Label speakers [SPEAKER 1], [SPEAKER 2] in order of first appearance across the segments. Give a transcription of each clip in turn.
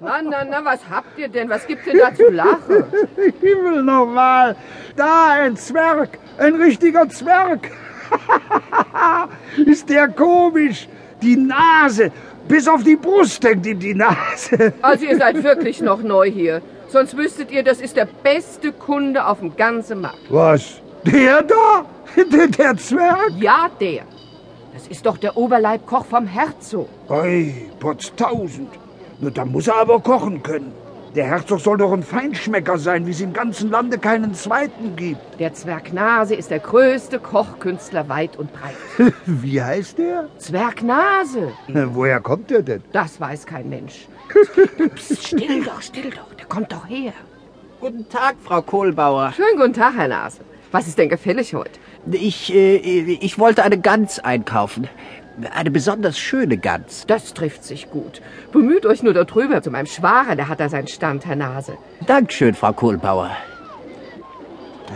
[SPEAKER 1] Na, na, na, was habt ihr denn? Was gibt denn da zu lachen?
[SPEAKER 2] Himmel nochmal. Da ein Zwerg, ein richtiger Zwerg. Ist der komisch. Die Nase, bis auf die Brust hängt ihm die Nase.
[SPEAKER 1] Also ihr seid wirklich noch neu hier. Sonst wüsstet ihr, das ist der beste Kunde auf dem ganzen Markt.
[SPEAKER 2] Was? Der da? Der, der Zwerg?
[SPEAKER 1] Ja, der. Das ist doch der Oberleibkoch vom Herzog.
[SPEAKER 2] Ei, Potz tausend. Na, da muss er aber kochen können. Der Herzog soll doch ein Feinschmecker sein, wie es im ganzen Lande keinen zweiten gibt.
[SPEAKER 1] Der Zwergnase ist der größte Kochkünstler weit und breit.
[SPEAKER 2] Wie heißt der?
[SPEAKER 1] Zwergnase,
[SPEAKER 2] Na, woher kommt der denn?
[SPEAKER 1] das weiß kein Mensch. Psst, still doch, still doch, der kommt doch her.
[SPEAKER 3] Guten Tag, Frau Kohlbauer.
[SPEAKER 1] Schönen guten Tag, Herr Nase. Was ist denn gefällig heute?
[SPEAKER 3] Ich, äh, ich wollte eine Gans einkaufen. Eine besonders schöne Gans.
[SPEAKER 1] Das trifft sich gut. Bemüht euch nur darüber. Zu meinem Schwager, der hat da seinen Stand, Herr Nase.
[SPEAKER 3] Dankeschön, Frau Kohlbauer.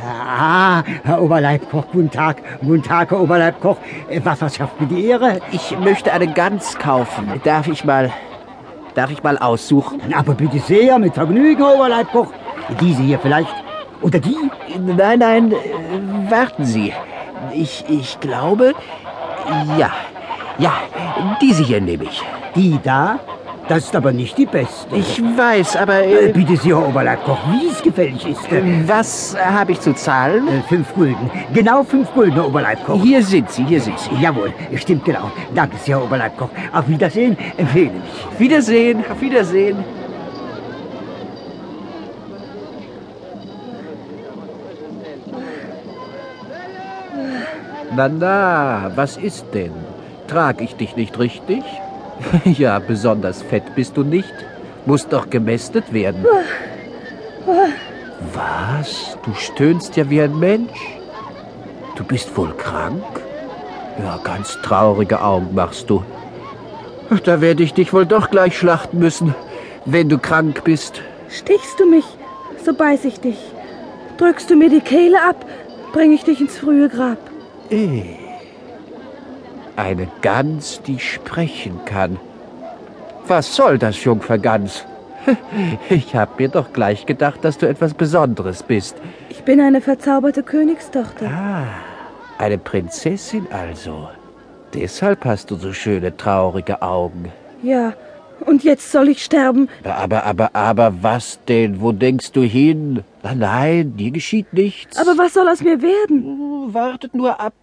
[SPEAKER 4] Ah, Herr Oberleibkoch, guten Tag. Guten Tag, Herr Oberleibkoch. Äh, Was verschafft mir die Ehre?
[SPEAKER 3] Ich möchte eine Gans kaufen. Darf ich mal, darf ich mal aussuchen?
[SPEAKER 4] Aber bitte sehr, mit Vergnügen, Herr Oberleibkoch. Diese hier vielleicht. Oder die?
[SPEAKER 3] Nein, nein, äh, warten Sie. Ich, ich glaube, ja, ja, diese hier nehme ich.
[SPEAKER 4] Die da? Das ist aber nicht die beste.
[SPEAKER 3] Ich weiß, aber
[SPEAKER 4] Äh,
[SPEAKER 3] äh,
[SPEAKER 4] Bitte sehr, Herr Oberleibkoch, wie es gefällig ist. Äh,
[SPEAKER 3] was habe ich zu zahlen?
[SPEAKER 4] äh, Fünf Gulden. Genau fünf Gulden, Herr Oberleibkoch.
[SPEAKER 3] Hier sind sie, hier sind sie.
[SPEAKER 4] Jawohl, stimmt genau. Danke sehr, Herr Oberleibkoch. Auf Wiedersehen, empfehle mich.
[SPEAKER 3] Wiedersehen, auf Wiedersehen. Na na, was ist denn? Trag ich dich nicht richtig? ja, besonders fett bist du nicht. Musst doch gemästet werden. Was? Du stöhnst ja wie ein Mensch. Du bist wohl krank? Ja, ganz traurige Augen machst du. Ach, Da werde ich dich wohl doch gleich schlachten müssen, wenn du krank bist.
[SPEAKER 5] Stichst du mich, so beiß ich dich. Drückst du mir die Kehle ab, bring ich dich ins frühe Grab.
[SPEAKER 3] Eine Gans, die sprechen kann. Was soll das, Jungfer Gans? Ich hab mir doch gleich gedacht, dass du etwas Besonderes bist.
[SPEAKER 5] Ich bin eine verzauberte Königstochter.
[SPEAKER 3] Eine Prinzessin also. Deshalb hast du so schöne, traurige Augen.
[SPEAKER 5] Ja, und jetzt soll ich sterben.
[SPEAKER 3] Aber, aber, aber, was denn? Wo denkst du hin? Nein, nein, dir geschieht nichts.
[SPEAKER 5] Aber was soll aus mir werden?
[SPEAKER 3] Wartet nur ab.